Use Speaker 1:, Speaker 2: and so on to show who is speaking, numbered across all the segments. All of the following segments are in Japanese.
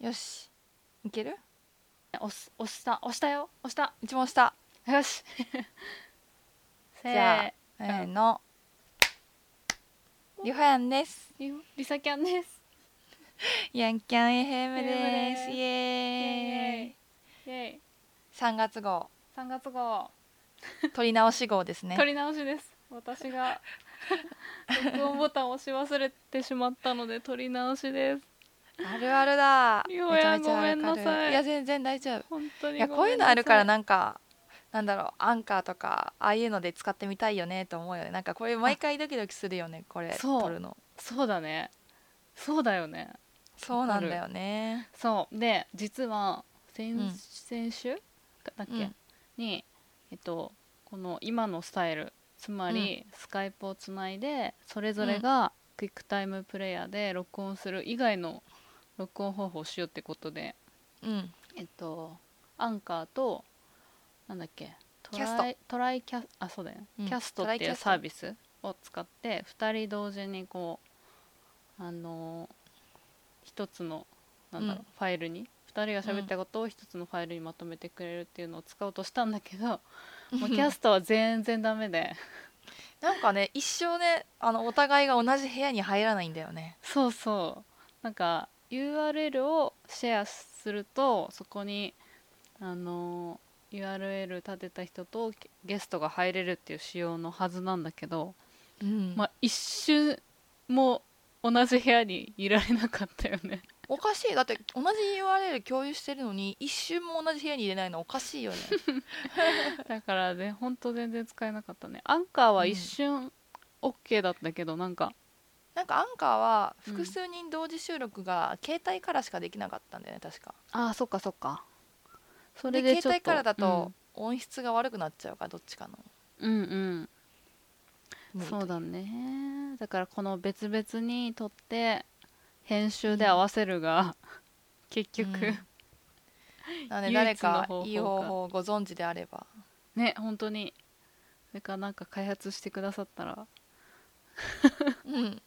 Speaker 1: よしいける押す押した押したよ押した一番押したよ し
Speaker 2: せ
Speaker 1: じゃあ
Speaker 2: ー
Speaker 1: せーのりほやんです
Speaker 2: りほりさきゃんです
Speaker 1: やんきゃん FM ですイエーイ
Speaker 2: イエーイイイエーイ
Speaker 1: 3月 号
Speaker 2: 3月号
Speaker 1: 取り直し号ですね
Speaker 2: 撮り直しです私 が録音ボタンを押し忘れてしまったので撮り直しです
Speaker 1: あるあるだ
Speaker 2: りほやんごめんなさい
Speaker 1: いや全然大丈夫
Speaker 2: 本当
Speaker 1: い
Speaker 2: に
Speaker 1: やこ
Speaker 2: ご
Speaker 1: うい
Speaker 2: め
Speaker 1: うんの
Speaker 2: な
Speaker 1: あ
Speaker 2: さ
Speaker 1: るからなんかなんだろうアンカーとかああいうので使ってみたいよねと思うよねなんかこれ毎回ドキドキするよねこれ
Speaker 2: そう
Speaker 1: 撮るの
Speaker 2: そうだねそうだよね
Speaker 1: そうなんだよね
Speaker 2: そうで実は先,、
Speaker 1: うん
Speaker 2: 先週だだっけ、
Speaker 1: うん
Speaker 2: にえっとこの今のスタイルつまり、スカイプをつないでそれぞれがクイックタイムプレイヤーで録音する以外の録音方法をしようってことで
Speaker 1: うん
Speaker 2: えっとアンカーとなんだっけト
Speaker 1: キャスト
Speaker 2: ライトライキャあそうだよ、
Speaker 1: うん
Speaker 2: キャスト
Speaker 1: トラ
Speaker 2: っ
Speaker 1: イ
Speaker 2: て
Speaker 1: キ
Speaker 2: い
Speaker 1: ャ
Speaker 2: う
Speaker 1: スト
Speaker 2: サービスを使って2人同時にこうあの一つのなんだろう、
Speaker 1: うん
Speaker 2: ファイルに2人が喋ったことを一つのファイルにまとめてくれるっていうのを使おうとしたんだけど、もうキャストは全然ダメで
Speaker 1: なんかね一生ねあのお互いが同じ部屋に入らないんだよね
Speaker 2: そうそうなんか URL をシェアするとそこにあの URL 立てた人とゲゲストが入れるっていう仕様のはずなんだけど、
Speaker 1: うん、
Speaker 2: まあ一瞬も同じ部屋にいられなかったよね
Speaker 1: おかしいだって同じ URL 共有してるのに一瞬も同じ部屋に入れないのおかしい よね
Speaker 2: だからねほんと全然使えなかったねアンカーは一瞬 OK だったけど、なんか
Speaker 1: なんかアンカーは
Speaker 2: うん
Speaker 1: 複数人同時収録が携帯からしかできなかったんだよね確か
Speaker 2: ああそっかそっかそ
Speaker 1: で
Speaker 2: れでちょっと
Speaker 1: 携帯からだ
Speaker 2: う
Speaker 1: と
Speaker 2: ん
Speaker 1: 音質が悪くなっちゃうからどっちかの
Speaker 2: うんうん
Speaker 1: 無理とい
Speaker 2: そうだねだからこの別々に撮って編集で合わせるが、 結局、
Speaker 1: うんなので
Speaker 2: 唯
Speaker 1: 誰
Speaker 2: 一の
Speaker 1: か
Speaker 2: 方法か
Speaker 1: いい方法をご存知であれば
Speaker 2: ね本当にそれかなんか開発してくださったら
Speaker 1: うん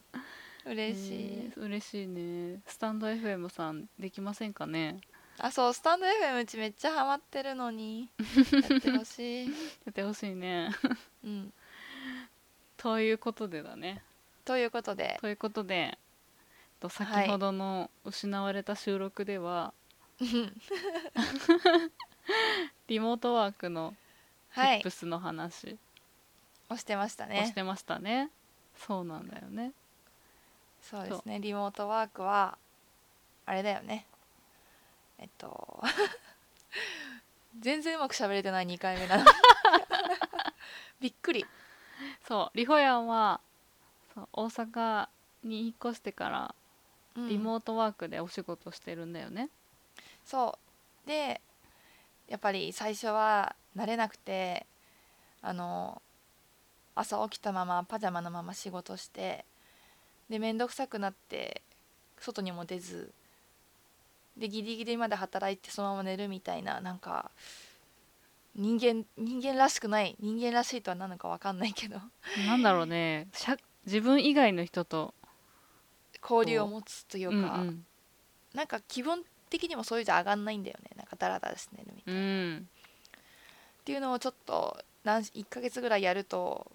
Speaker 1: 嬉しい、
Speaker 2: えー嬉しいねスタンド FM さんできませんかね
Speaker 1: あそうスタンド FM うちめっちゃハマってるのにやってほしい、
Speaker 2: やってほしいね
Speaker 1: うん、
Speaker 2: ということでだね
Speaker 1: ということで
Speaker 2: ということでえっと
Speaker 1: はい
Speaker 2: 先ほどの失われた収録では、 リモートワークの
Speaker 1: はい
Speaker 2: Tips の話
Speaker 1: 押してました
Speaker 2: を
Speaker 1: ね
Speaker 2: してましたねそうなんだよね
Speaker 1: そうですねリモートワークはあれだよねえっと 全然うまく喋れてない2回目な のびっくり
Speaker 2: そうリホヤンはそう大阪に引っ越してから
Speaker 1: うん
Speaker 2: リモートワークでお仕事してるんだよね、
Speaker 1: そうでやっぱり最初は慣れなくてあの朝起きたままパジャマのまま仕事してで面倒くさくなって外にも出ずでギリギリまで働いてそのまま寝るみたいななんか人間人間らしくない人間らしいとは何のか分かんないけど
Speaker 2: なんだろうねしゃ自分以外の人と
Speaker 1: 交流を持つといううんか、
Speaker 2: うん
Speaker 1: なんか気分的にもそういうじゃ上がんないんだよねなんかダラダラして寝るみたいな。
Speaker 2: うん
Speaker 1: っていうのをちょっと何1ヶ月ぐらいやると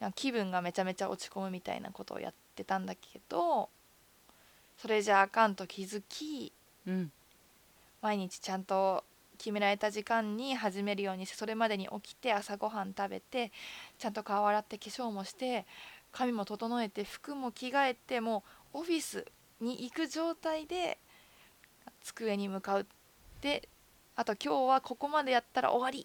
Speaker 1: なんか気分がめちゃめちゃ落ち込むみたいなことをやってたんだけどそれじゃあかんと気づき
Speaker 2: うん
Speaker 1: 毎日ちゃんと決められた時間に始めるようにしてそれまでに起きて朝ごはん食べてちゃんと顔洗って化粧もして髪も整えて服も着替えてもうオフィスに行く状態で机に向かうであと今日はここまでやったら終わりっ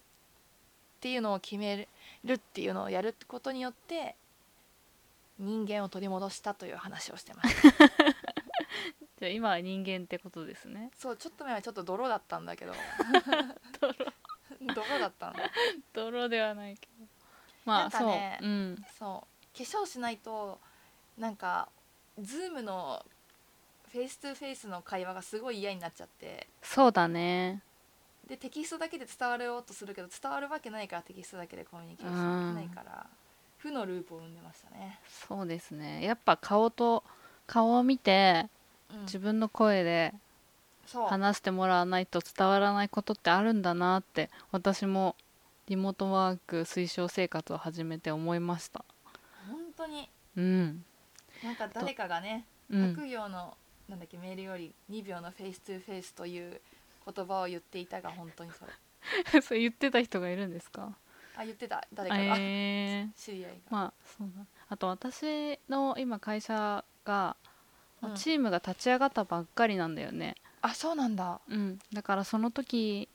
Speaker 1: ていうのを決めるっていうのをやることによって人間を取り戻したという話をしてます。
Speaker 2: じゃあ今は人間ってことですね
Speaker 1: そうちょっと前はちょっと泥だったんだけど
Speaker 2: 泥
Speaker 1: 泥だったの。
Speaker 2: 泥ではないけどま
Speaker 1: な
Speaker 2: あ
Speaker 1: んかね
Speaker 2: そううん
Speaker 1: そう化粧しないとなんかズームのフェイス2フェイスの会話がすごい嫌になっちゃって
Speaker 2: そうだね
Speaker 1: でテキストだけで伝わろうとするけど伝わるわけないからテキストだけでコミュニケーションできないから負のループを生んでましたね、
Speaker 2: そうですねやっぱ顔と顔を見て
Speaker 1: うん
Speaker 2: 自分の声で
Speaker 1: そう
Speaker 2: 話してもらわないと伝わらないことってあるんだなって私もリモートワーク推奨生活を始めて思いました
Speaker 1: 本当に
Speaker 2: うん
Speaker 1: なんか誰かがね
Speaker 2: うん
Speaker 1: 学業のなんだっけメールより2秒のフェイストゥフェイスという言葉を言っていたが本当にそれ
Speaker 2: そう言ってた人がいるんですか
Speaker 1: あ言ってた誰かが、
Speaker 2: えー
Speaker 1: 知り合いが、
Speaker 2: まあそうだあと私の今会社が
Speaker 1: うん
Speaker 2: チームが立ち上がったばっかりなんだよね、
Speaker 1: あそうなんだ
Speaker 2: うん、だからその時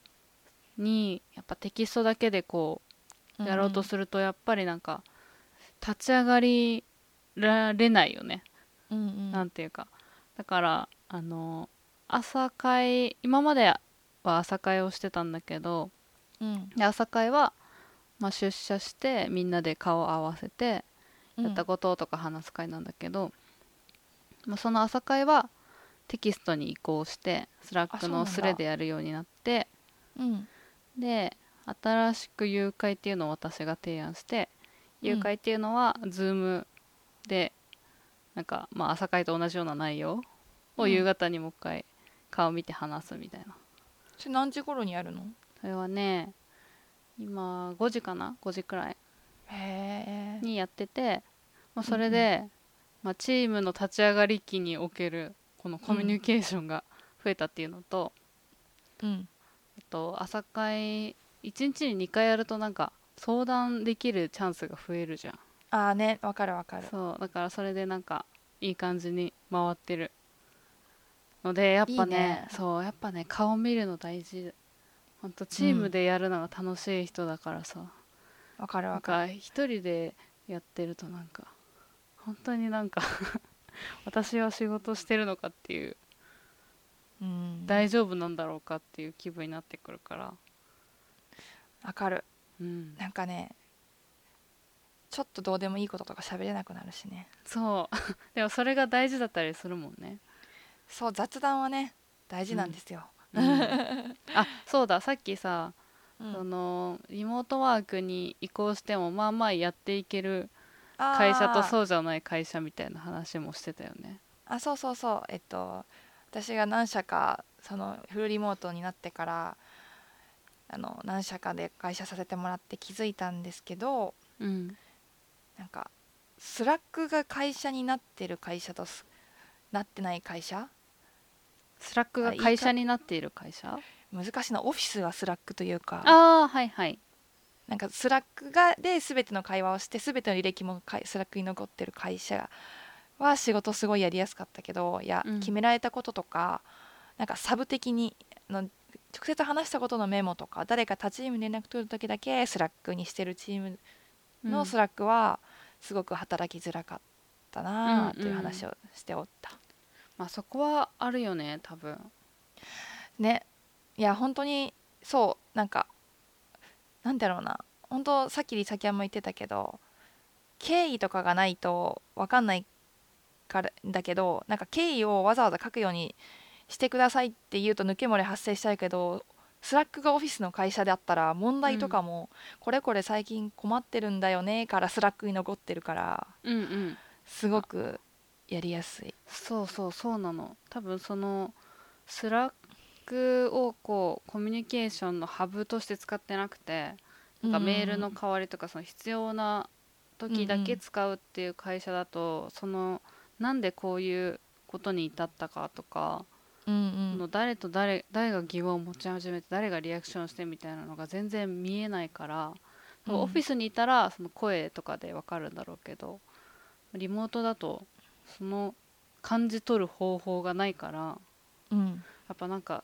Speaker 2: にやっぱテキストだけでこうやろうとするとやっぱりなんか立ち上がりられないよね、
Speaker 1: る、うんうん
Speaker 2: なんていうかだからあの朝会今までは朝会をしてたんだけど
Speaker 1: うん
Speaker 2: で朝会は、まあ、出社してみんなで顔を合わせて
Speaker 1: うん
Speaker 2: やったこととか話す会なんだけど、まあ、その朝会はテキストに移行してスラッ
Speaker 1: あそ
Speaker 2: ク
Speaker 1: うなん
Speaker 2: の
Speaker 1: だ
Speaker 2: スレでやるようになって
Speaker 1: うん
Speaker 2: で新しく誘拐っていうのを私が提案して
Speaker 1: うん
Speaker 2: 誘拐っていうのは Zoom でなんかまあ朝会と同じような内容
Speaker 1: う
Speaker 2: を
Speaker 1: ん
Speaker 2: 夕方にもう一回顔見て話すみたいな
Speaker 1: それ何時頃にやるの
Speaker 2: それはね今5時かな5時くらい
Speaker 1: へえ
Speaker 2: にやってて、まあ、それで、まあ、チームの立ち上がり期におけるこのコミュニケーションが増えたっていうのと、
Speaker 1: うん
Speaker 2: あと朝会1日に2回やるとなんか相談できるチャンスが増えるじゃん
Speaker 1: ああねわかるわかる
Speaker 2: そうだからそれでなんかいい感じに回ってるのでやっぱね
Speaker 1: いいね
Speaker 2: そうやっぱね顔見るの大事ほんとチームでやるのが楽しい人だからさ、
Speaker 1: わかる
Speaker 2: な
Speaker 1: わ
Speaker 2: ん
Speaker 1: かる
Speaker 2: か一人でやってるとなんか本当になんか 私は仕事してるのかっていう
Speaker 1: うん
Speaker 2: 大丈夫なんだろうかっていう気分になってくるから、
Speaker 1: わかる
Speaker 2: うん、
Speaker 1: なんかねちょっとどうでもいいこととか喋れなくなるしね
Speaker 2: そう でもそれが大事だったりするもんね、
Speaker 1: そう雑談はね大事なんですよ、
Speaker 2: うんあそうださっきさ、
Speaker 1: うん
Speaker 2: そのリモートワークに移行してもまあまあやっていける
Speaker 1: あー
Speaker 2: 会社とそうじゃない会社みたいな話もしてたよね
Speaker 1: あそうそうそうえっと私が何社かそのフルリモートになってからあの何社かで会社させてもらって気づいたんですけど
Speaker 2: うん
Speaker 1: なんかスラックが会社になってる会社とすなってない会社
Speaker 2: スラックが会社になっている会社あ
Speaker 1: 難しいなオフィスはスラックというか
Speaker 2: あーはいはい
Speaker 1: なんかスラックがで全ての会話をして全ての履歴もかいスラックに残ってる会社は仕事すごいやりやすかったけどいや、
Speaker 2: うん
Speaker 1: 決められたこととかなんかサブ的にあの直接話したことのメモとか誰か他チームに連絡取る時だけスラックにしてるチーム
Speaker 2: うん
Speaker 1: のスラックはすごく働きづらかったなあっていう話をしておった。
Speaker 2: まあそこはあるよね多分
Speaker 1: ねいや本当にそうなんかなんだろうな本当さっき崎山も言ってたけど敬意とかがないと分かんないからだけどなんか敬意をわざわざ書くようにしてくださいって言うと抜け漏れ発生しちゃうけどスラックがオフィスの会社であったら問題とかも、これこれ最近困ってるんだよねからスラックに残ってるから
Speaker 2: うんうん
Speaker 1: すごくやりやすい。
Speaker 2: そうそうそうなの多分そのスラックをこうコミュニケーションのハブとして使ってなくてなんかメールの代わりとかその必要な時だけ使うっていう会社だと、そのなんでこういうことに至ったかとか、
Speaker 1: うん
Speaker 2: そ
Speaker 1: うん
Speaker 2: の誰と誰誰が疑問を持ち始めて誰がリアクションしてみたいなのが全然見えないから、
Speaker 1: うん
Speaker 2: オフィスにいたらその声とかでわかるんだろうけどリモートだとその感じ取る方法がないからや
Speaker 1: うん
Speaker 2: っぱなんか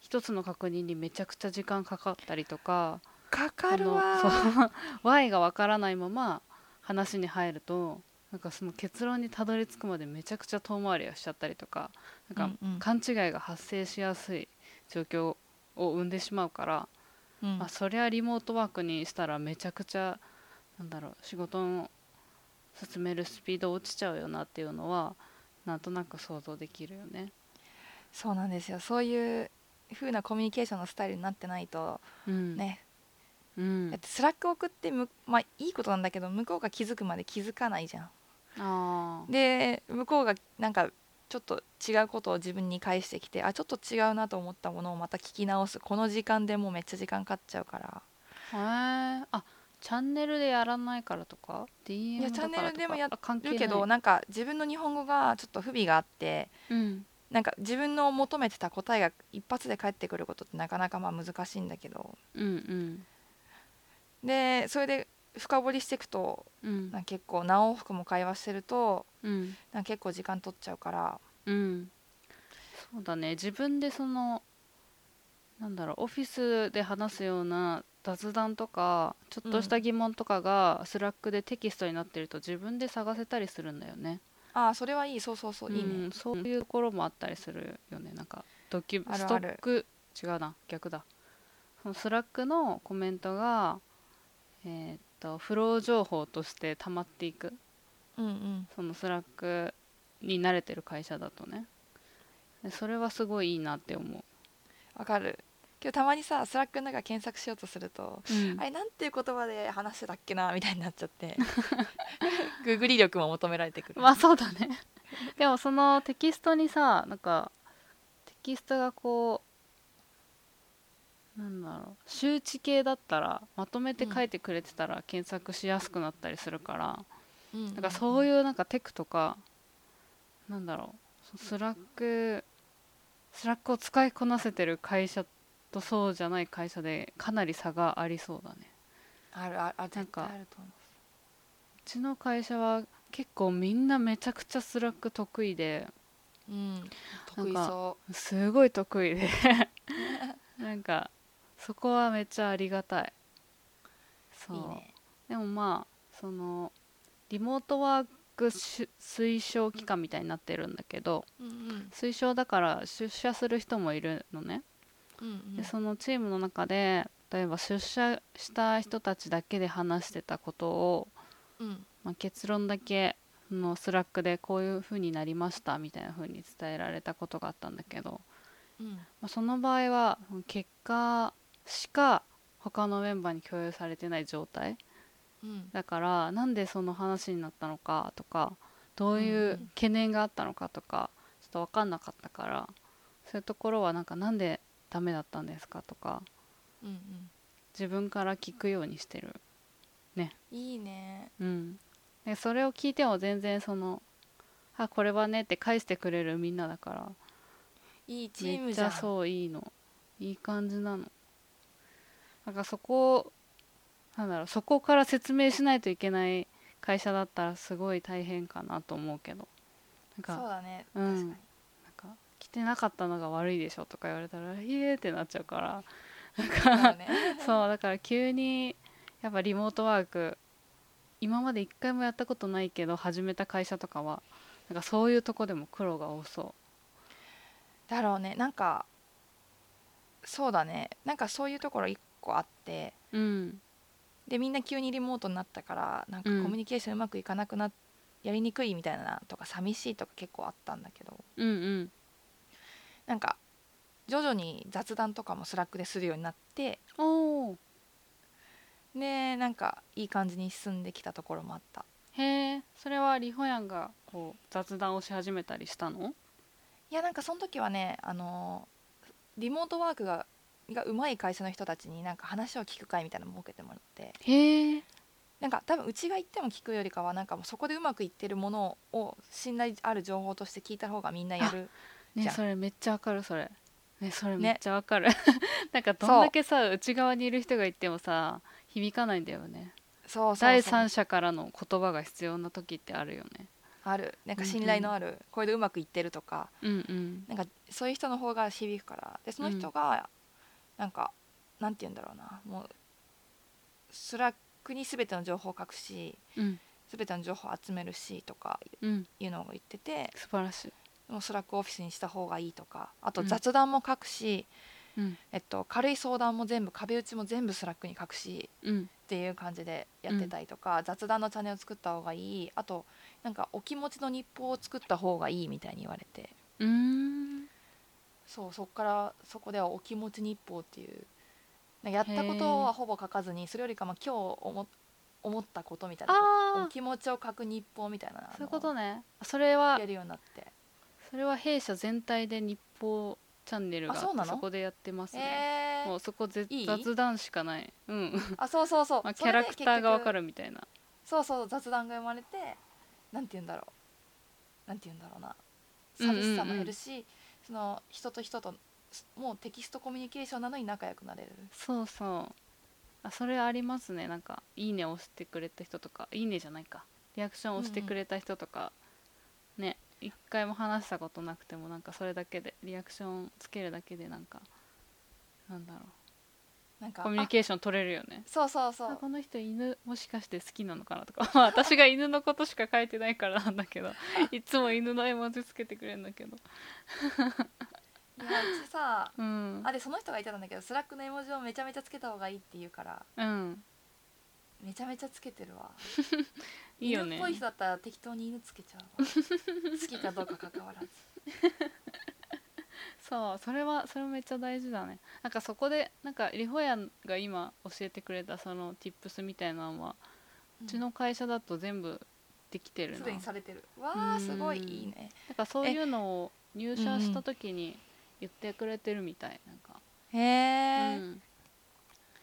Speaker 2: 一つの確認にめちゃくちゃ時間かかったりとか
Speaker 1: かかるわ
Speaker 2: そ
Speaker 1: ー
Speaker 2: のそう Y がわからないまま話に入るとなんかその結論にたどり着くまでめちゃくちゃ遠回りをしちゃったりとかなんか
Speaker 1: うんうん
Speaker 2: 勘違いが発生しやすい状況を生んでしまうから、
Speaker 1: うん
Speaker 2: まあ、そりゃリモートワークにしたらめちゃくちゃなんだろう仕事の進めるスピード落ちちゃうよなっていうのはなんとなく想像できるよね。
Speaker 1: そうなんですよそういう風なコミュニケーションのスタイルになってないと
Speaker 2: うん
Speaker 1: ね、
Speaker 2: うん
Speaker 1: だっ、てスラック送ってむまあいいことなんだけど向こうが気づくまで気づかないじゃん
Speaker 2: あー
Speaker 1: で向こうがなんかちょっと違うことを自分に返してきてあちょっと違うなと思ったものをまた聞き直すこの時間でもうめっちゃ時間かかっちゃうから
Speaker 2: へえあチャンネルでやらないからとか DM だ
Speaker 1: チャ
Speaker 2: からと
Speaker 1: ン
Speaker 2: か
Speaker 1: ネルでもや
Speaker 2: あ関係
Speaker 1: るけど
Speaker 2: ない
Speaker 1: なんか自分の日本語がちょっと不備があって
Speaker 2: うん
Speaker 1: なんか自分の求めてた答えが一発で返ってくることってなかなかまあ難しいんだけど
Speaker 2: うん
Speaker 1: でそれで深掘りしていくと
Speaker 2: うんうん
Speaker 1: なんか結構何往復も会話してると
Speaker 2: うん
Speaker 1: なんか結構時間取っちゃうから
Speaker 2: うんそうだね自分でそのなんだろうオフィスで話すような雑談とかちょっとした疑問とかがスラックでテキストになってると自分で探せたりするんだよね。
Speaker 1: ああそれはいいそうそうそういいね、
Speaker 2: うん、そういうところもあったりするよねなんかドキュ
Speaker 1: ある
Speaker 2: ス
Speaker 1: あ
Speaker 2: ト
Speaker 1: る
Speaker 2: ック違うな逆だそのスラックのコメントがえーっとフロー情報として溜まっていく
Speaker 1: うんうん
Speaker 2: そのスラックに慣れてる会社だとねでそれはすごいいいなって思
Speaker 1: わかるけどたまにさスラックの中検索しようとすると
Speaker 2: う、うん
Speaker 1: あれなんていう言葉で話してたっけなみたいになっちゃってググり力も求められてくる、
Speaker 2: まあそうだね でもそのテキストにさなんかテキストがこうなんだろう周知系だったらまとめて書いてくれてたら検索しやすくなったりするから、
Speaker 1: うん
Speaker 2: なんかそう
Speaker 1: う
Speaker 2: いうなんかテクとかなんだろうそスラックスラックを使いこなせてる会社とそうじゃない会社でかなり差がありそうだね
Speaker 1: あるあるあ
Speaker 2: なん
Speaker 1: 絶
Speaker 2: か
Speaker 1: 対あると思
Speaker 2: うちの会社は結構みんなめちゃくちゃスラック得意で
Speaker 1: う、うん、得意
Speaker 2: なんか
Speaker 1: そ
Speaker 2: すごい得意 でなんかそこはめっちゃありがたいそう
Speaker 1: ういいね
Speaker 2: でもまあそのリモートワークし推奨期間みたいになってるんだけど
Speaker 1: うんうん
Speaker 2: 推奨だから出社する人もいるのね、
Speaker 1: うんう
Speaker 2: で
Speaker 1: ん
Speaker 2: そのチームの中で例えば出社した人たちだけで話してたことを、
Speaker 1: うん
Speaker 2: まあ、結論だけそのスラックでこういう風になりましたみたいな風に伝えられたことがあったんだけど
Speaker 1: うん
Speaker 2: まあ、その場合はうん結果しか他のメンバーに共有されてない状態
Speaker 1: うん
Speaker 2: だからなんでその話になったのかとかどうい
Speaker 1: んう
Speaker 2: うん懸念があったのかとかちょっと分かんなかったからそういうところはなんかなんでダメだったんですかとか
Speaker 1: うんうん
Speaker 2: 自分から聞くようにしてる
Speaker 1: いいね
Speaker 2: うんでそれを聞いても全然そのあこれはねって返してくれるみんなだから
Speaker 1: いいチー
Speaker 2: め
Speaker 1: ム
Speaker 2: っ
Speaker 1: じ
Speaker 2: ち
Speaker 1: ゃ
Speaker 2: ゃ
Speaker 1: ん
Speaker 2: そういいのいい感じなのなんかそこなんだろうそこから説明しないといけない会社だったらすごい大変かなと思うけどなんか
Speaker 1: そうだね、
Speaker 2: うん
Speaker 1: 確か
Speaker 2: なんか来てなかったのが悪いでしょとか言われたら「いえ」ってなっちゃう から
Speaker 1: にそうだね
Speaker 2: そうだから急にやっぱリモートワーク今まで一回もやったことないけど始めた会社とかはなんかそういうとこでも苦労が多そ
Speaker 1: だろうねなんかそうだねなんかそういうところ一個あって
Speaker 2: ううん
Speaker 1: でみんな急にリモートになったからなんか
Speaker 2: うん
Speaker 1: コミュニケーションうまくいかなくなっやりにくいみたいなとか寂しいとか結構あったんだけど
Speaker 2: うんうん
Speaker 1: なんか徐々に雑談とかもスラックでするようになって
Speaker 2: おお
Speaker 1: でなんかいい感じに進んできたところもあった
Speaker 2: へえそれはリホヤンがこう雑談をし始めたりしたの
Speaker 1: いやなんかその時はねあのリモートワークががうまい会社の人たちになんか話を聞く会みたいなの設けてもらって
Speaker 2: へえ
Speaker 1: なんか多分うちが行っても聞くよりかはなんかもうそこでうまくいってるものを信頼ある情報として聞いた方がみんなやるじ
Speaker 2: ね
Speaker 1: ゃあ
Speaker 2: それめっちゃわかるそれねそれ
Speaker 1: ね
Speaker 2: めっちゃわかる、 なんかどんだけさ内側にいる人がいてもさ響かないんだよね
Speaker 1: そうそうそう
Speaker 2: 第三者からの言葉が必要な時ってあるよね
Speaker 1: あるなんか
Speaker 2: うんうん
Speaker 1: 信頼のある、これでうまくいってるとか
Speaker 2: うんうん
Speaker 1: なんかそういう人の方が響くからでその人がなんか、なんて言うんだろうなもうスラックに全ての情報を書くし
Speaker 2: うん
Speaker 1: 全ての情報を集めるしとか
Speaker 2: うん
Speaker 1: いうのを言ってて
Speaker 2: 素晴らしい
Speaker 1: もうスラックオフィスにした方がいいとかあと
Speaker 2: うん
Speaker 1: 雑談も書くし、
Speaker 2: うん
Speaker 1: えっと、軽い相談も全部壁打ちも全部スラックに書くし
Speaker 2: うん
Speaker 1: っていう感じでやってたりとか、雑談のチャンネルを作った方がいいあとなんかお気持ちの日報を作った方がいいみたいに言われて
Speaker 2: うーん
Speaker 1: そうそこからそこではお気持ち日報っていうなんかやったことはほぼ書かずにそれよりかまあ今日思思ったことみたいなことお
Speaker 2: ああ
Speaker 1: 気持ちを書く日報みたいなのを
Speaker 2: そういうことねそれは
Speaker 1: やるようになって
Speaker 2: それは弊社全体で日報チャンネルが
Speaker 1: あ
Speaker 2: あ
Speaker 1: そう
Speaker 2: っ
Speaker 1: な
Speaker 2: て
Speaker 1: の
Speaker 2: そこでやってますね、
Speaker 1: え
Speaker 2: も
Speaker 1: ー
Speaker 2: うそこぜ
Speaker 1: いい
Speaker 2: 雑談しかないうん、
Speaker 1: あそうそうそう、
Speaker 2: まあ、キ
Speaker 1: それ
Speaker 2: ャ
Speaker 1: で
Speaker 2: ラクターがわか
Speaker 1: 結
Speaker 2: るみたいな
Speaker 1: 局そうそう雑談が生まれてなんて言うんだろうなんて言うんだろうな
Speaker 2: うんうんうん
Speaker 1: 寂しさも減るし、その人と人ともうテキストコミュニケーションなのに仲良くなれる
Speaker 2: そうそうあそれありますねなんか「いいね」押してくれた人とか「いいね」じゃないかリアクションを押してくれた人とか、ね一回も話したことなくてもなんかそれだけでリアクションつけるだけでなんかなんだろ
Speaker 1: なん
Speaker 2: う
Speaker 1: か
Speaker 2: コミュニケーション取れるよね
Speaker 1: あそうそうそ
Speaker 2: あ
Speaker 1: う
Speaker 2: この人犬もしかして好きなのかなとか まあ私が犬のことしか書いてないからなんだ けどいつも犬の絵文字つけてくれるんだけど
Speaker 1: いやうちさ
Speaker 2: うん
Speaker 1: あでその人が言ってたんだけどスラックの絵文字をめちゃめちゃつけた方がいいって言うから
Speaker 2: うん
Speaker 1: めちゃめちゃつけてるわ
Speaker 2: いいよ
Speaker 1: 犬
Speaker 2: ね
Speaker 1: っぽい人だったら適当に犬つけちゃ うわ好きかどうか関わらず
Speaker 2: そうそれはそれめっちゃ大事だねなんかそこでなんかリホヤンが今教えてくれたその tips みたいなのは、
Speaker 1: う
Speaker 2: う
Speaker 1: ん
Speaker 2: ちの会社だと全部できてる
Speaker 1: す
Speaker 2: な
Speaker 1: で
Speaker 2: な
Speaker 1: に
Speaker 2: ん
Speaker 1: されてるわ
Speaker 2: う
Speaker 1: あ
Speaker 2: ん
Speaker 1: すごいいいね
Speaker 2: かそういうのを入社した時に言ってくれてるみたいなんか、
Speaker 1: へえ、
Speaker 2: うん、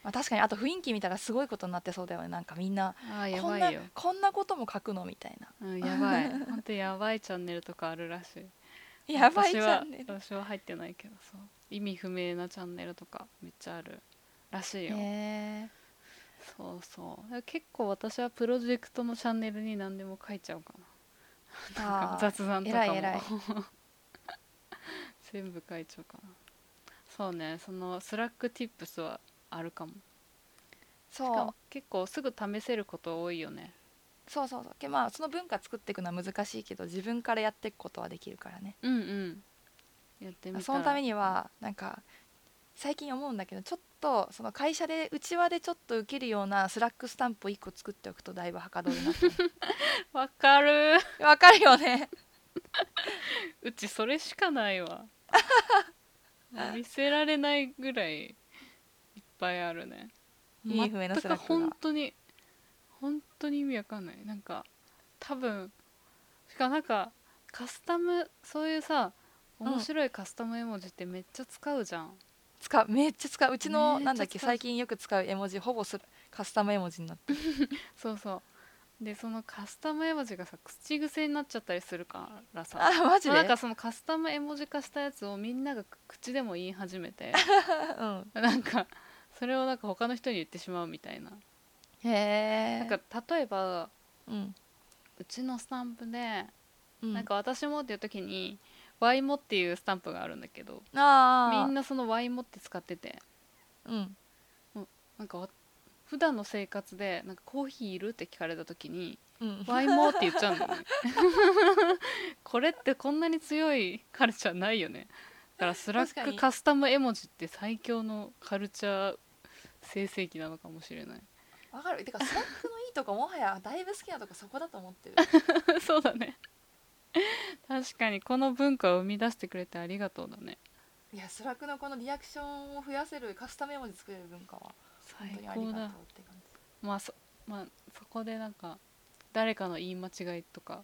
Speaker 1: まあ、確かにあと雰囲気見たらすごいことになってそうだよねなんかみんな
Speaker 2: あーや
Speaker 1: こ
Speaker 2: ば
Speaker 1: ん
Speaker 2: い
Speaker 1: な
Speaker 2: よ
Speaker 1: こんなことも書くのみたいな
Speaker 2: うん、やばい本当やばいチャンネルとかあるらしい
Speaker 1: やばいチ
Speaker 2: 私は
Speaker 1: ャンネル
Speaker 2: 私は入ってないけどそう意味不明なチャンネルとかめっちゃあるらしいよ、
Speaker 1: へえ
Speaker 2: そうそうだから結構私はプロジェクトのチャンネルに何でも書いちゃうかななんか
Speaker 1: あー
Speaker 2: 雑談とかも
Speaker 1: 偉い偉い
Speaker 2: 全部書いちゃうかなそうねそのスラック Tips はあるかもしか
Speaker 1: そう
Speaker 2: も結構すぐ試せること多いよね
Speaker 1: そうそうそうけまあその文化作っていくのは難しいけど自分からやっていくことはできるからね
Speaker 2: うんうんやってみたら
Speaker 1: そのためにはなんか最近思うんだけどちょっとその会社でうちわでちょっと受けるようなスラックスタンプを1個作っておくとだいぶはかどるなと思
Speaker 2: わかる
Speaker 1: うわかるよね
Speaker 2: うちそれしかないわ 見せられないぐらいいっぱいあるね
Speaker 1: いい笛のスラックが
Speaker 2: 全く本当に本当に意味わかんないなんか多分しかもなんかカスタムそういうさ
Speaker 1: うん
Speaker 2: 面白いカスタム絵文字ってめっちゃ使うじゃん、
Speaker 1: 使うめっちゃ使ううちの
Speaker 2: めっちゃ使う
Speaker 1: なんだっけ最近よく使う絵文字ほぼするカスタム絵文字になってる
Speaker 2: そうそうでそのカスタム絵文字がさ口癖になっちゃったりするからさ
Speaker 1: あマジ
Speaker 2: ま
Speaker 1: で
Speaker 2: あなんかそのカスタム絵文字化したやつをみんなが口でも言い始め て
Speaker 1: うん
Speaker 2: なんかそれをなんか他の人に言ってしまうみたいな
Speaker 1: へえ
Speaker 2: なんか例えば
Speaker 1: うん
Speaker 2: うちのスタンプで
Speaker 1: うん
Speaker 2: なんか私もっていう時に「ワイモ」っていうスタンプがあるんだけど
Speaker 1: あ
Speaker 2: み
Speaker 1: ー
Speaker 2: んなその「ワイモ」って使ってて
Speaker 1: うん
Speaker 2: なんかわ普段の生活でなんかコーヒーいるって聞かれた時 に
Speaker 1: うん
Speaker 2: 「ワイモ」って言っちゃうんだよね これってこんなに強いカルチャーないよねだからスラ
Speaker 1: 確
Speaker 2: ッ
Speaker 1: か
Speaker 2: ク
Speaker 1: に
Speaker 2: カスタム絵文字って最強のカルチャー生成期なのかもしれない
Speaker 1: わかるてかスラックのいいとこもはやだいぶ好きなとこそこだと思 ってる
Speaker 2: そうだね確かにこの文化を生み出してくれてありがとうだね
Speaker 1: いやスラックのこのリアクションを増やせるカスタム絵文字作れる文化は本
Speaker 2: 最
Speaker 1: 当にありが
Speaker 2: 高
Speaker 1: とう
Speaker 2: だ
Speaker 1: って感じ
Speaker 2: まあそ,、まあ、そこでなんか誰かの言い間違いとか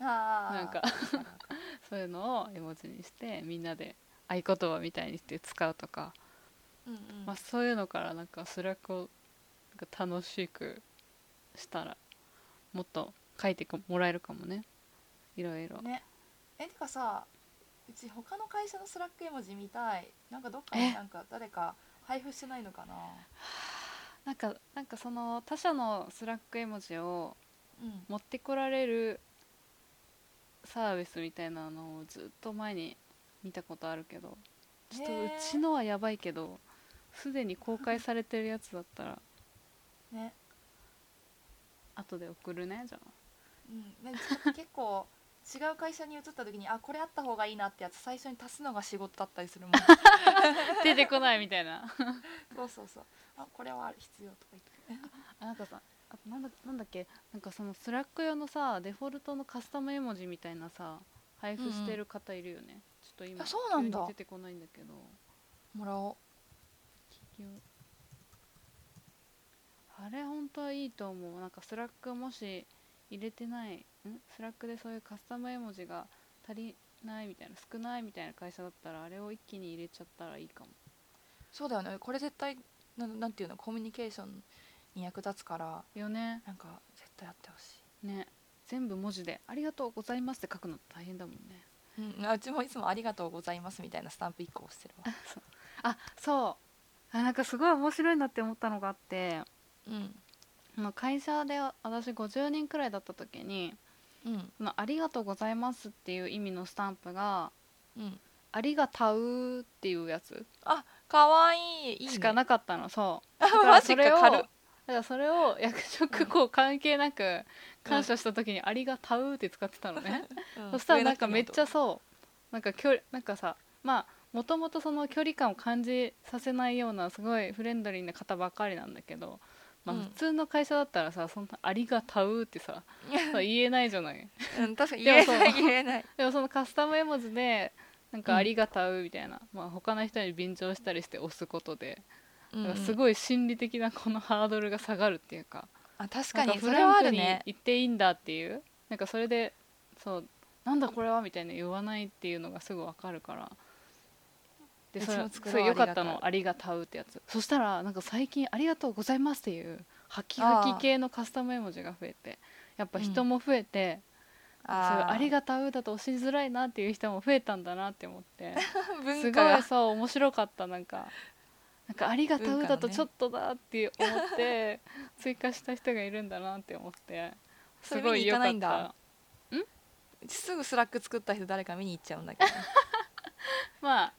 Speaker 1: ああ
Speaker 2: なんかそういうのを絵文字にしてみんなで合言葉みたいにして使うとか、
Speaker 1: うんうん
Speaker 2: まあ、そういうのからなんかスラックをなんか楽しくしたらもっと書いてこもらえるかもねいろいろ、
Speaker 1: ねえてかさうち他の会社のスラック絵文字見たいなんかどっかに
Speaker 2: え
Speaker 1: なんか誰か配布してないのかな
Speaker 2: なんかなんかその他社のスラック絵文字を
Speaker 1: うん
Speaker 2: 持ってこられるサービスみたいなのをずっと前に見たことあるけどちょっと
Speaker 1: へ
Speaker 2: う
Speaker 1: ー
Speaker 2: ちのはやばいけどすでに公開されてるやつだったら
Speaker 1: ね
Speaker 2: 後で送るねじゃあ
Speaker 1: うんねちょっと結構違う会社に移った時にあこれあった方がいいなってやつ最初に足すのが仕事だったりする もん
Speaker 2: 出てこないみたいな
Speaker 1: そうそうそうあこれは必要とか言って
Speaker 2: あなんかさあとなんだなんだっけなんかそのスラック用のさデフォルトのカスタム絵文字みたいなさ配布してる方いるよね、ちょっと今
Speaker 1: あそうなんだ
Speaker 2: 急に出てこないんだけど
Speaker 1: もらおう
Speaker 2: 企業あれ本当はいいと思うなんかスラックもし入れてないんスラックでそういうカスタム絵文字が足りないみたいな少ないみたいな会社だったらあれを一気に入れちゃったらいいかも
Speaker 1: そうだよねこれ絶対なんなんていうのコミュニケーションに役立つから
Speaker 2: よね
Speaker 1: なんか絶対やってほし
Speaker 2: ね全部文字で「ありがとうございます」って書くの大変だもんね
Speaker 1: い、うん、あうちもいつも「ありがとうございます」みたいなスタンプ1個押してるわ
Speaker 2: あそうあなんかすごい面白いなって思ったのがあって
Speaker 1: うん
Speaker 2: あの会社で私50人くらいだった時に
Speaker 1: うん
Speaker 2: その「ありがとうございます」っていう意味のスタンプが
Speaker 1: うん
Speaker 2: 「ありがたう」っていうやつ
Speaker 1: あ可愛いいい、ね、
Speaker 2: しかなかったのそう
Speaker 1: あ
Speaker 2: だから
Speaker 1: マジ
Speaker 2: それ
Speaker 1: か
Speaker 2: を
Speaker 1: 軽っ
Speaker 2: だからそれを役職こう関係なく感謝した時に「ありがたう」って使ってたのね、
Speaker 1: うん
Speaker 2: そしたらなんか
Speaker 1: 上の
Speaker 2: めっ
Speaker 1: 人
Speaker 2: ち
Speaker 1: の
Speaker 2: ゃそうなんか距離なんかさまあもともとその距離感を感じさせないようなすごいフレンドリーな方ばっかりなんだけど、まあ、
Speaker 1: うん
Speaker 2: 普通の会社だったらさ「そんなありがたう」っ てさそう言えないじゃない
Speaker 1: 音うん確かに
Speaker 2: で
Speaker 1: 言
Speaker 2: も
Speaker 1: え
Speaker 2: そう
Speaker 1: ない言えない
Speaker 2: でもそのカスタム絵文字でなんか
Speaker 1: うん
Speaker 2: ありがたうみたいな、まあ他の人に便乗したりして押すこと で、
Speaker 1: うん
Speaker 2: なんか
Speaker 1: う
Speaker 2: す
Speaker 1: ん
Speaker 2: ごい心理的なこのハードルが下がるっていうか
Speaker 1: あ確か
Speaker 2: なんか
Speaker 1: にそ
Speaker 2: フ
Speaker 1: れはあ
Speaker 2: ランク
Speaker 1: る
Speaker 2: に
Speaker 1: ね
Speaker 2: 言っていいんだっていうなんかそれでそうなんだこれはみたいな言わないっていうのがすぐわかるからで
Speaker 1: うち
Speaker 2: それ
Speaker 1: も作ろう
Speaker 2: それよか
Speaker 1: あ
Speaker 2: った
Speaker 1: りがた
Speaker 2: の
Speaker 1: う
Speaker 2: 「ありがたう」ってやつそしたらなんか最近「ありがとうございます」っていうハキハキ系のカスタム絵文字が増えてやっぱ人も増えて、そういう
Speaker 1: あ
Speaker 2: あり
Speaker 1: が
Speaker 2: がたうだと押しづらいなっていう人も増えたんだなって思って す
Speaker 1: 文化
Speaker 2: ごい
Speaker 1: が
Speaker 2: そう面白かったなんかなんかありがたうだとちょっとだって思 って、追加した人がいるんだなって思って
Speaker 1: それ
Speaker 2: すごい良か
Speaker 1: 見
Speaker 2: っ
Speaker 1: に行かないん
Speaker 2: た
Speaker 1: だすぐスラック作った人誰か見に行っちゃうんだけど
Speaker 2: まあ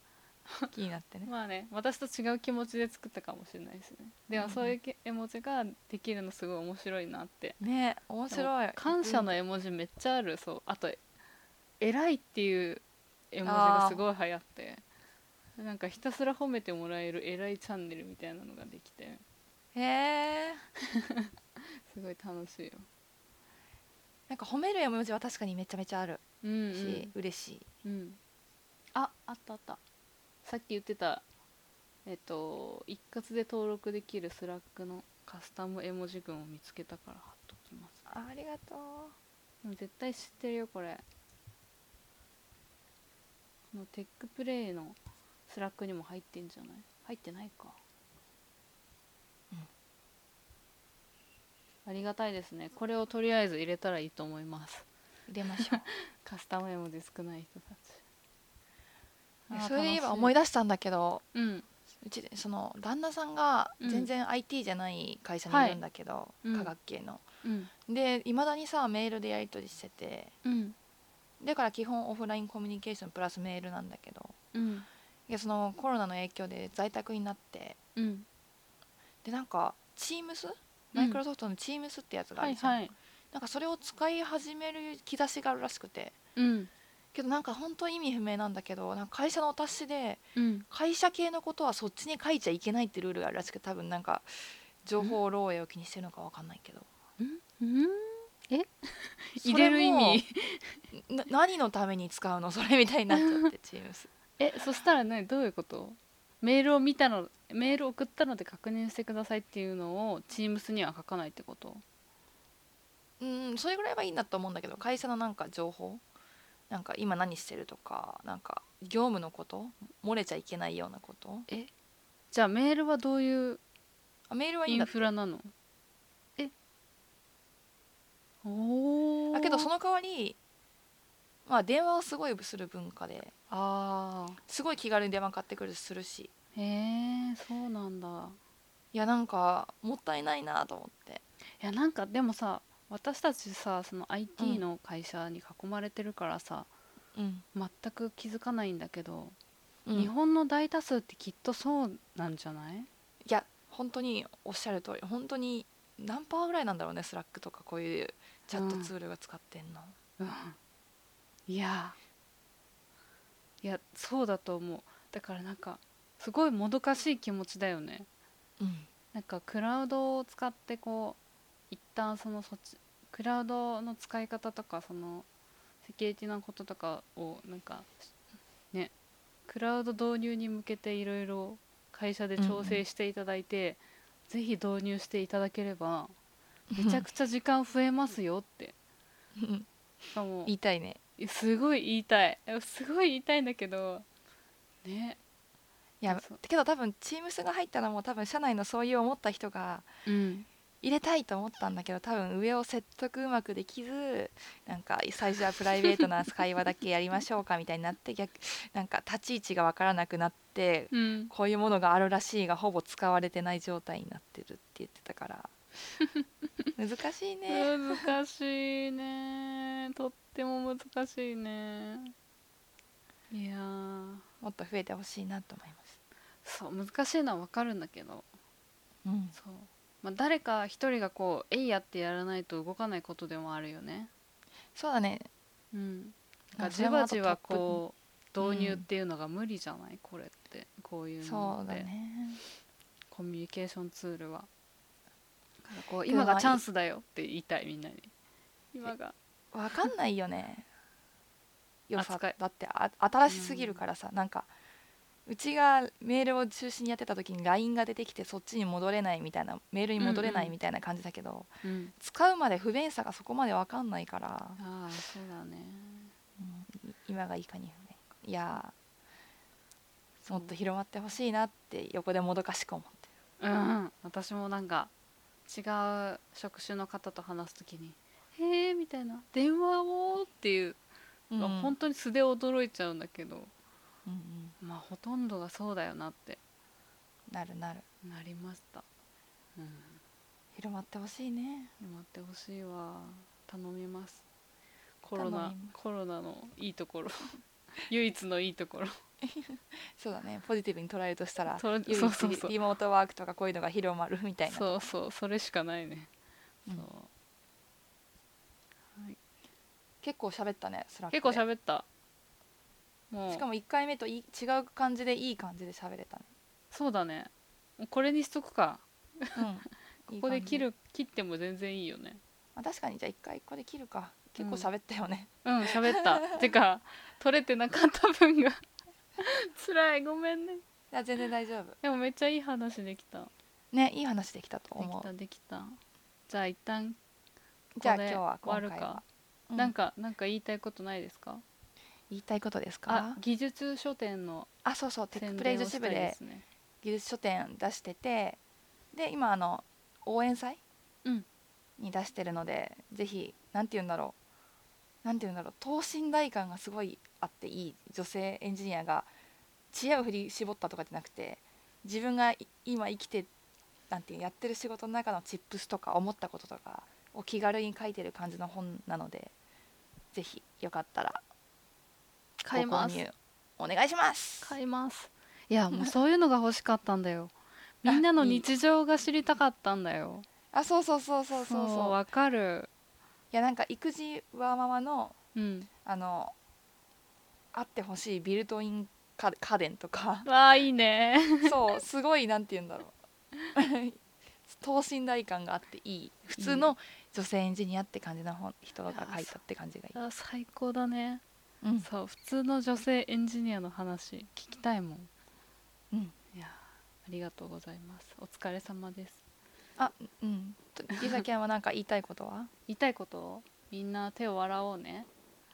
Speaker 1: 気になってね
Speaker 2: まあね私と違う気持ちで作ったかもしれないですねで
Speaker 1: う
Speaker 2: も
Speaker 1: ん
Speaker 2: そういうけ絵文字ができるのすごい面白いなって
Speaker 1: ね面白い
Speaker 2: 感謝の絵文字めっちゃあるそうあと「偉い」っていう絵文字がすごい流行ってなんかひたすら褒めてもらえる「偉いチャンネル」みたいなのができて
Speaker 1: へえ
Speaker 2: すごい楽しいよ
Speaker 1: なんか褒める絵文字は確かにめちゃめちゃある
Speaker 2: うん
Speaker 1: し、嬉しい
Speaker 2: うん、うん、ああったあったさっき言ってたえっと一括で登録できるスラックのカスタム絵文字群を見つけたから貼っときます
Speaker 1: あありがとう
Speaker 2: でも絶対知ってるよこれこのテックプレイのスラックにも入ってんじゃない入ってないか、ありがたいですねこれをとりあえず入れたらいいと思います
Speaker 1: 入れましょう
Speaker 2: カスタム絵文字少ない人たちあー
Speaker 1: それで言えば
Speaker 2: 楽し
Speaker 1: 思い出したんだけど
Speaker 2: うん
Speaker 1: うちでその旦那さんが
Speaker 2: うん
Speaker 1: 全然 IT じゃない会社にいるんだけど、
Speaker 2: いうん
Speaker 1: 科学系の、
Speaker 2: うん
Speaker 1: でいまだにさメールでやり取りしてて
Speaker 2: うん
Speaker 1: だから基本オフラインコミュニケーションプラスメールなんだけど
Speaker 2: うん
Speaker 1: いやそのコロナの影響で在宅になって
Speaker 2: うん
Speaker 1: でなんか Teams マイクロソフトの Teams ってやつがあ
Speaker 2: はい
Speaker 1: るじゃん、
Speaker 2: はい
Speaker 1: なんかそれを使い始める兆しがあるらしくて
Speaker 2: うん
Speaker 1: けどなんか本当意味不明なんだけどなんか会社のお達しで
Speaker 2: うん
Speaker 1: 会社系のことはそっちに書いちゃいけないってルールがあるらしく多分なんか情報漏洩を気にしてるのかわかんないけど
Speaker 2: うんえ
Speaker 1: そ
Speaker 2: 入
Speaker 1: も
Speaker 2: れる意味
Speaker 1: な 何のために使うのそれみたいになっちゃって Teams
Speaker 2: えそしたらねどういうことメールを見たのメール送ったので確認してくださいっていうのを Teams には書かないってこと
Speaker 1: うんそれぐらいはいいんだと思うんだけど会社のなんか情報なんか今何してるとかなんか業務のこと漏れちゃいけないようなこと
Speaker 2: じゃあメールはどういう
Speaker 1: あメールはいい
Speaker 2: イ
Speaker 1: んだっ
Speaker 2: ン
Speaker 1: て
Speaker 2: フラなのえおお
Speaker 1: だけどその代わりまあ電話をすごいする文化で
Speaker 2: あ
Speaker 1: すごい気軽に電話買ってくるするし
Speaker 2: ーへえそうなんだ
Speaker 1: いやなんかもったいないなと思って
Speaker 2: いやなんかでもさ私たちさその IT の会社に囲まれてるからさ、
Speaker 1: うん、
Speaker 2: 全く気づかないんだけど、
Speaker 1: うん
Speaker 2: 日本の大多数ってきっとそうなんじゃない
Speaker 1: いや本当におっしゃる通り本当に何パーぐらいなんだろうねスラックとかこういうチャットツールが使ってんの、
Speaker 2: うんいやいやそうだと思うだからなんかすごいもどかしい気持ちだよね
Speaker 1: うん
Speaker 2: なんかクラウドを使ってこう一旦そのそっちクラウドの使い方とかそのセキュリティのこととかをなんかねクラウド導入に向けていろいろ会社で調整していただいて、ぜひ導入していただければめちゃくちゃ時間増えますよってしかも
Speaker 1: 言いたいね
Speaker 2: いやすごい言いたいすごい言いたいんだけどね
Speaker 1: いや
Speaker 2: そう
Speaker 1: けど多分チームスが入ったらもう多分社内のそういう思った人が
Speaker 2: うん
Speaker 1: 入れたいと思ったんだけど多分上を説得うまくできずなんか最初はプライベートな会話だけやりましょうかみたいになって逆なんか立ち位置が分からなくなって
Speaker 2: うん
Speaker 1: こういうものがあるらしいがほぼ使われてない状態になってるって言ってたから 難しいね
Speaker 2: 難しいねとっても難しいねいやー
Speaker 1: もっと増えてほしいなと思います。
Speaker 2: そう難しいのはわかるんだけど
Speaker 1: うん、
Speaker 2: そう、まあ、誰か一人がこう「えいや」ってやらないと動かないことでもあるよね
Speaker 1: そうだね
Speaker 2: うん
Speaker 1: まあ
Speaker 2: じわじわこう
Speaker 1: うん
Speaker 2: 導入っていうのが無理じゃないこれってこういう
Speaker 1: そ
Speaker 2: の
Speaker 1: う
Speaker 2: っ
Speaker 1: だ
Speaker 2: て、
Speaker 1: ね
Speaker 2: コミュニケーションツールはだからこう
Speaker 1: でも
Speaker 2: 今が
Speaker 1: まあ
Speaker 2: チャンスだよって言いたいみんなに今が
Speaker 1: わかんないよね良さ
Speaker 2: 扱い
Speaker 1: だってあ新しすぎるからさ、なんかうちがメールを中心にやってた時に LINE が出てきてそっちに戻れないみたいなメールに戻れな
Speaker 2: うん
Speaker 1: い
Speaker 2: うん
Speaker 1: みたいな感じだけど、
Speaker 2: うん
Speaker 1: 使うまで不便さがそこまでわかんないから、
Speaker 2: ああそうだね
Speaker 1: うんい今がいかに不便かいやー
Speaker 2: そう
Speaker 1: もっと広まってほしいなって横でもどかしく思って
Speaker 2: うん私もなんか違う職種の方と話すときに「へえ」みたいな「電話を」っていう、
Speaker 1: る、うん
Speaker 2: 本当に素で驚いちゃうんだけど
Speaker 1: うんうん
Speaker 2: まあほとんどがそうだよなって
Speaker 1: なるなる
Speaker 2: なりましたうん
Speaker 1: 広まってほしいね
Speaker 2: 待ってほしいわ頼みますコロ
Speaker 1: 頼
Speaker 2: ナ
Speaker 1: みます
Speaker 2: コロナのいいところ 唯一のいいところ
Speaker 1: そうだねポジティブに捉えるとしたら
Speaker 2: それ
Speaker 1: 唯
Speaker 2: そうそう
Speaker 1: 一
Speaker 2: そう
Speaker 1: リモートワークとかこういうのが広まるみたいな
Speaker 2: そうそうそれしかないね、
Speaker 1: うん
Speaker 2: そうはい
Speaker 1: 結構喋ったねスラック
Speaker 2: 結構
Speaker 1: っ
Speaker 2: 喋ったもう
Speaker 1: しかも1回目といい違う感じでいい感じで喋れた ね
Speaker 2: そうだねもうこれにしとくか
Speaker 1: うんいい
Speaker 2: ここ
Speaker 1: 感
Speaker 2: で
Speaker 1: じ
Speaker 2: 切る切っても全然いいよね
Speaker 1: あ確かにじゃあ1回ここで切るか結構
Speaker 2: うん
Speaker 1: 喋ったよね、
Speaker 2: うん 喋ったてか取れてなかった分が 辛いごめんね
Speaker 1: いや全然大丈夫
Speaker 2: でもめっちゃいい話できた
Speaker 1: ねいい話できたと
Speaker 2: で
Speaker 1: 思う
Speaker 2: きたできたじゃあ一旦
Speaker 1: じゃあ今
Speaker 2: これ
Speaker 1: 日は今
Speaker 2: 終
Speaker 1: 回
Speaker 2: わる
Speaker 1: は
Speaker 2: か、
Speaker 1: う
Speaker 2: なんかなんか言いたいことないですか？
Speaker 1: 言いたいことですか、
Speaker 2: あ技術書店の
Speaker 1: あそうそうテック
Speaker 2: 宣
Speaker 1: プレイ
Speaker 2: 伝を
Speaker 1: 女
Speaker 2: し
Speaker 1: 子部
Speaker 2: たいで
Speaker 1: です
Speaker 2: ね。
Speaker 1: 技術書店出しててで今あの応援祭、
Speaker 2: うん
Speaker 1: に出してるのでぜひなんて言うんだろうなんて言うんだろう等身大感がすごいあっていい女性エンジニアが知恵を振り絞ったとかじゃなくて自分がい今生きてなんていうやってる仕事の中のチップスとか思ったこととかを気軽に書いてる感じの本なのでぜひよかったらご
Speaker 2: 買いま
Speaker 1: 購
Speaker 2: す
Speaker 1: 入お願いします
Speaker 2: 買います。い やもうそういうのが欲しかったんだよ。みんなの
Speaker 1: いい
Speaker 2: 日常が知りたかったんだよ。
Speaker 1: あそうそうそうそうそうそう
Speaker 2: わかる。
Speaker 1: いやなんか育児ワーママの
Speaker 2: うん。
Speaker 1: あのあってほしいビルトイン家家電と か
Speaker 2: わあいいね。
Speaker 1: そうすごいなんて言うんだろう 等身大感があっていい普通の女性エンジニアって感じの本人が書いたって感じがいい、
Speaker 2: あ最高だね。
Speaker 1: うん、
Speaker 2: そう普通の女性エンジニアの話聞きたいもん。
Speaker 1: うん。
Speaker 2: いやありがとうございます。お疲れ様です。
Speaker 1: うん、とゆさきゃんは何か言いたいことは
Speaker 2: 言いたいこと？みんな手を洗おうね。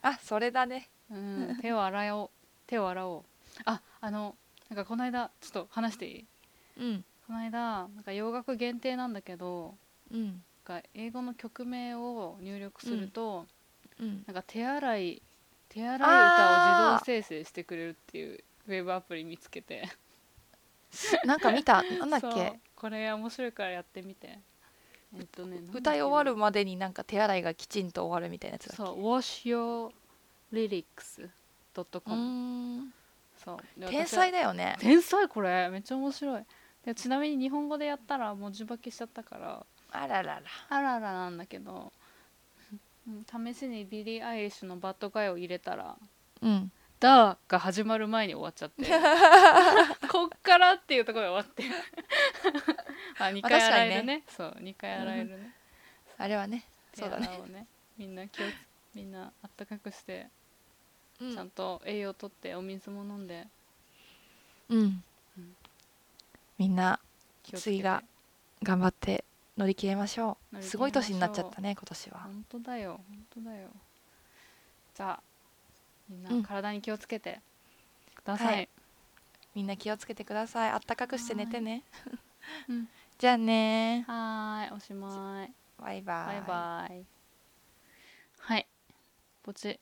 Speaker 1: あそれだね
Speaker 2: うん、手を洗おう手を洗おうああのなんかこの間ちょっと話していい
Speaker 1: うん
Speaker 2: この間なんか洋楽限定なんだけど
Speaker 1: うん
Speaker 2: なんか英語の曲名を入力すると、
Speaker 1: うん
Speaker 2: なんか手洗い手洗い歌を
Speaker 1: あー
Speaker 2: 自動生成してくれるっていうウェブアプリ見つけて
Speaker 1: なんか見たなんだっ
Speaker 2: そう
Speaker 1: け
Speaker 2: これ面白いからやってみてえっとねなんだっけな
Speaker 1: 歌い終わるまでになんか手洗いがきちんと終わるみたいなやつだっけ
Speaker 2: そう washyourlyrics.com、
Speaker 1: うーん
Speaker 2: そうで
Speaker 1: 天
Speaker 2: 私は
Speaker 1: 才だよね
Speaker 2: 天才これめっちゃ面白いでちなみに日本語でやったら文字化けしちゃったから
Speaker 1: あららら
Speaker 2: あらあらなんだけど、うん、試しにビリー・アイリッシュの「バッドガイ」を入れたら
Speaker 1: うん
Speaker 2: 「ダー」が始まる前に終わっちゃって こっからっていうところで終わ ってまあ2回洗えるねそう2回洗えるね
Speaker 1: あれはね
Speaker 2: 手
Speaker 1: そうだ
Speaker 2: 洗
Speaker 1: ね、
Speaker 2: おうねみんな気をつみんなあったかくして
Speaker 1: うん
Speaker 2: ちゃんと栄養とってお水も飲んで
Speaker 1: うん
Speaker 2: うん
Speaker 1: みんな
Speaker 2: 気をつけ
Speaker 1: 次
Speaker 2: て
Speaker 1: が頑張って乗り切れましょう
Speaker 2: 乗り切れましょう
Speaker 1: すごい年になっちゃったね今年は
Speaker 2: 本当だよ本当だよじゃあみん
Speaker 1: うん
Speaker 2: な体に気をつけてください、
Speaker 1: はいみんな気をつけてくださいあったかくして寝てね
Speaker 2: うん
Speaker 1: じゃあね
Speaker 2: はーいおしまい
Speaker 1: バイバ
Speaker 2: バイバイはいぼち